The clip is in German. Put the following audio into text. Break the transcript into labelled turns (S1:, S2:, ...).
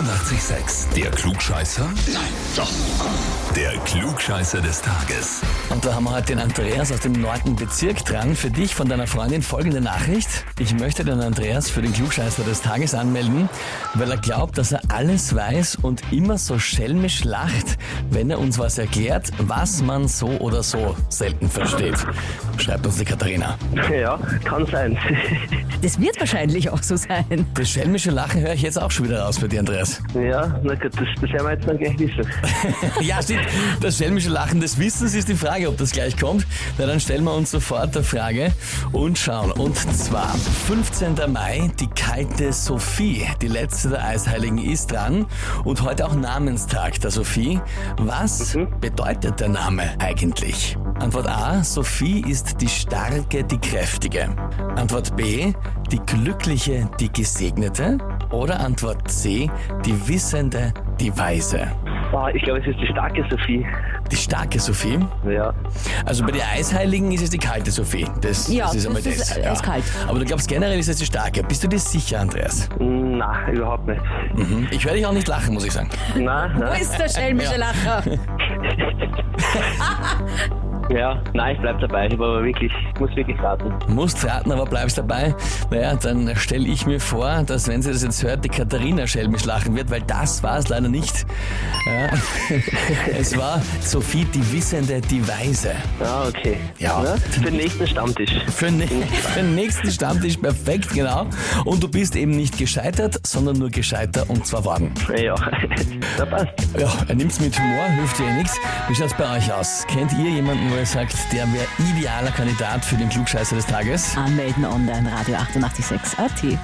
S1: 886, der Klugscheißer? Nein, doch. Der Klugscheißer des Tages.
S2: Und da haben wir heute den Andreas aus dem 9. Bezirk dran. Für dich von deiner Freundin folgende Nachricht. Ich möchte den Andreas für den Klugscheißer des Tages anmelden, weil er glaubt, dass er alles weiß und immer so schelmisch lacht, wenn er uns was erklärt, was man so oder so selten versteht. Schreibt uns die Katharina.
S3: Ja, kann sein.
S4: Das wird wahrscheinlich auch so sein.
S2: Das schelmische Lachen höre ich jetzt auch schon wieder raus bei dir, Andreas.
S3: ja, na gut, das, das werden wir jetzt dann gleich wissen.
S2: Ja, stimmt. Das schelmische Lachen des Wissens ist die Frage, ob das gleich kommt. Na, dann stellen wir uns sofort der Frage und schauen. Und zwar, 15. Mai, die kalte Sophie, die letzte der Eisheiligen, ist dran. Und heute auch Namenstag der Sophie. Was bedeutet der Name eigentlich? Antwort A, Sophie ist die Starke, die Kräftige. Antwort B, die Glückliche, die Gesegnete. Oder Antwort C, die Wissende, die Weise.
S3: Ah, ich glaube, es ist die starke Sophie.
S2: Die starke Sophie.
S3: Ja,
S2: Also bei den Eisheiligen ist es die kalte Sophie. Das,
S4: Ja,
S2: das ist einmal
S4: das
S2: das.
S4: ist eiskalt.
S2: Aber du glaubst generell ist es die starke. Bist du dir sicher, Andreas?
S3: na, Hm, überhaupt nicht.
S2: Mhm. Ich werde dich auch nicht lachen, muss ich sagen.
S3: Na,
S4: Wo
S3: na,
S4: ist der schelmische Lacher?
S3: ja, nein, ich bleib dabei. Ich hab aber wirklich, ich muss wirklich raten.
S2: Musst raten, aber bleibst dabei. Naja, dann stelle ich mir vor, dass wenn sie das jetzt hört, die Katharina schelmisch lachen wird, weil das war es leider nicht. Ja. es war Sophie die Wissende, die Weise.
S3: Ah, okay.
S2: Ja.
S3: Na, für den nächsten Stammtisch.
S2: Für, den- für den nächsten Stammtisch perfekt, genau. Und du bist eben nicht gescheitert, sondern nur gescheiter und zwar worden.
S3: Ja, na passt.
S2: Ja, er nimmt's mit Humor, hilft ja nichts. Wie schaut's bei euch aus? Kennt ihr jemanden, wo ihr sagt, der wäre idealer Kandidat für den Klugscheißer des Tages?
S4: Anmelden online, Radio 886 AT.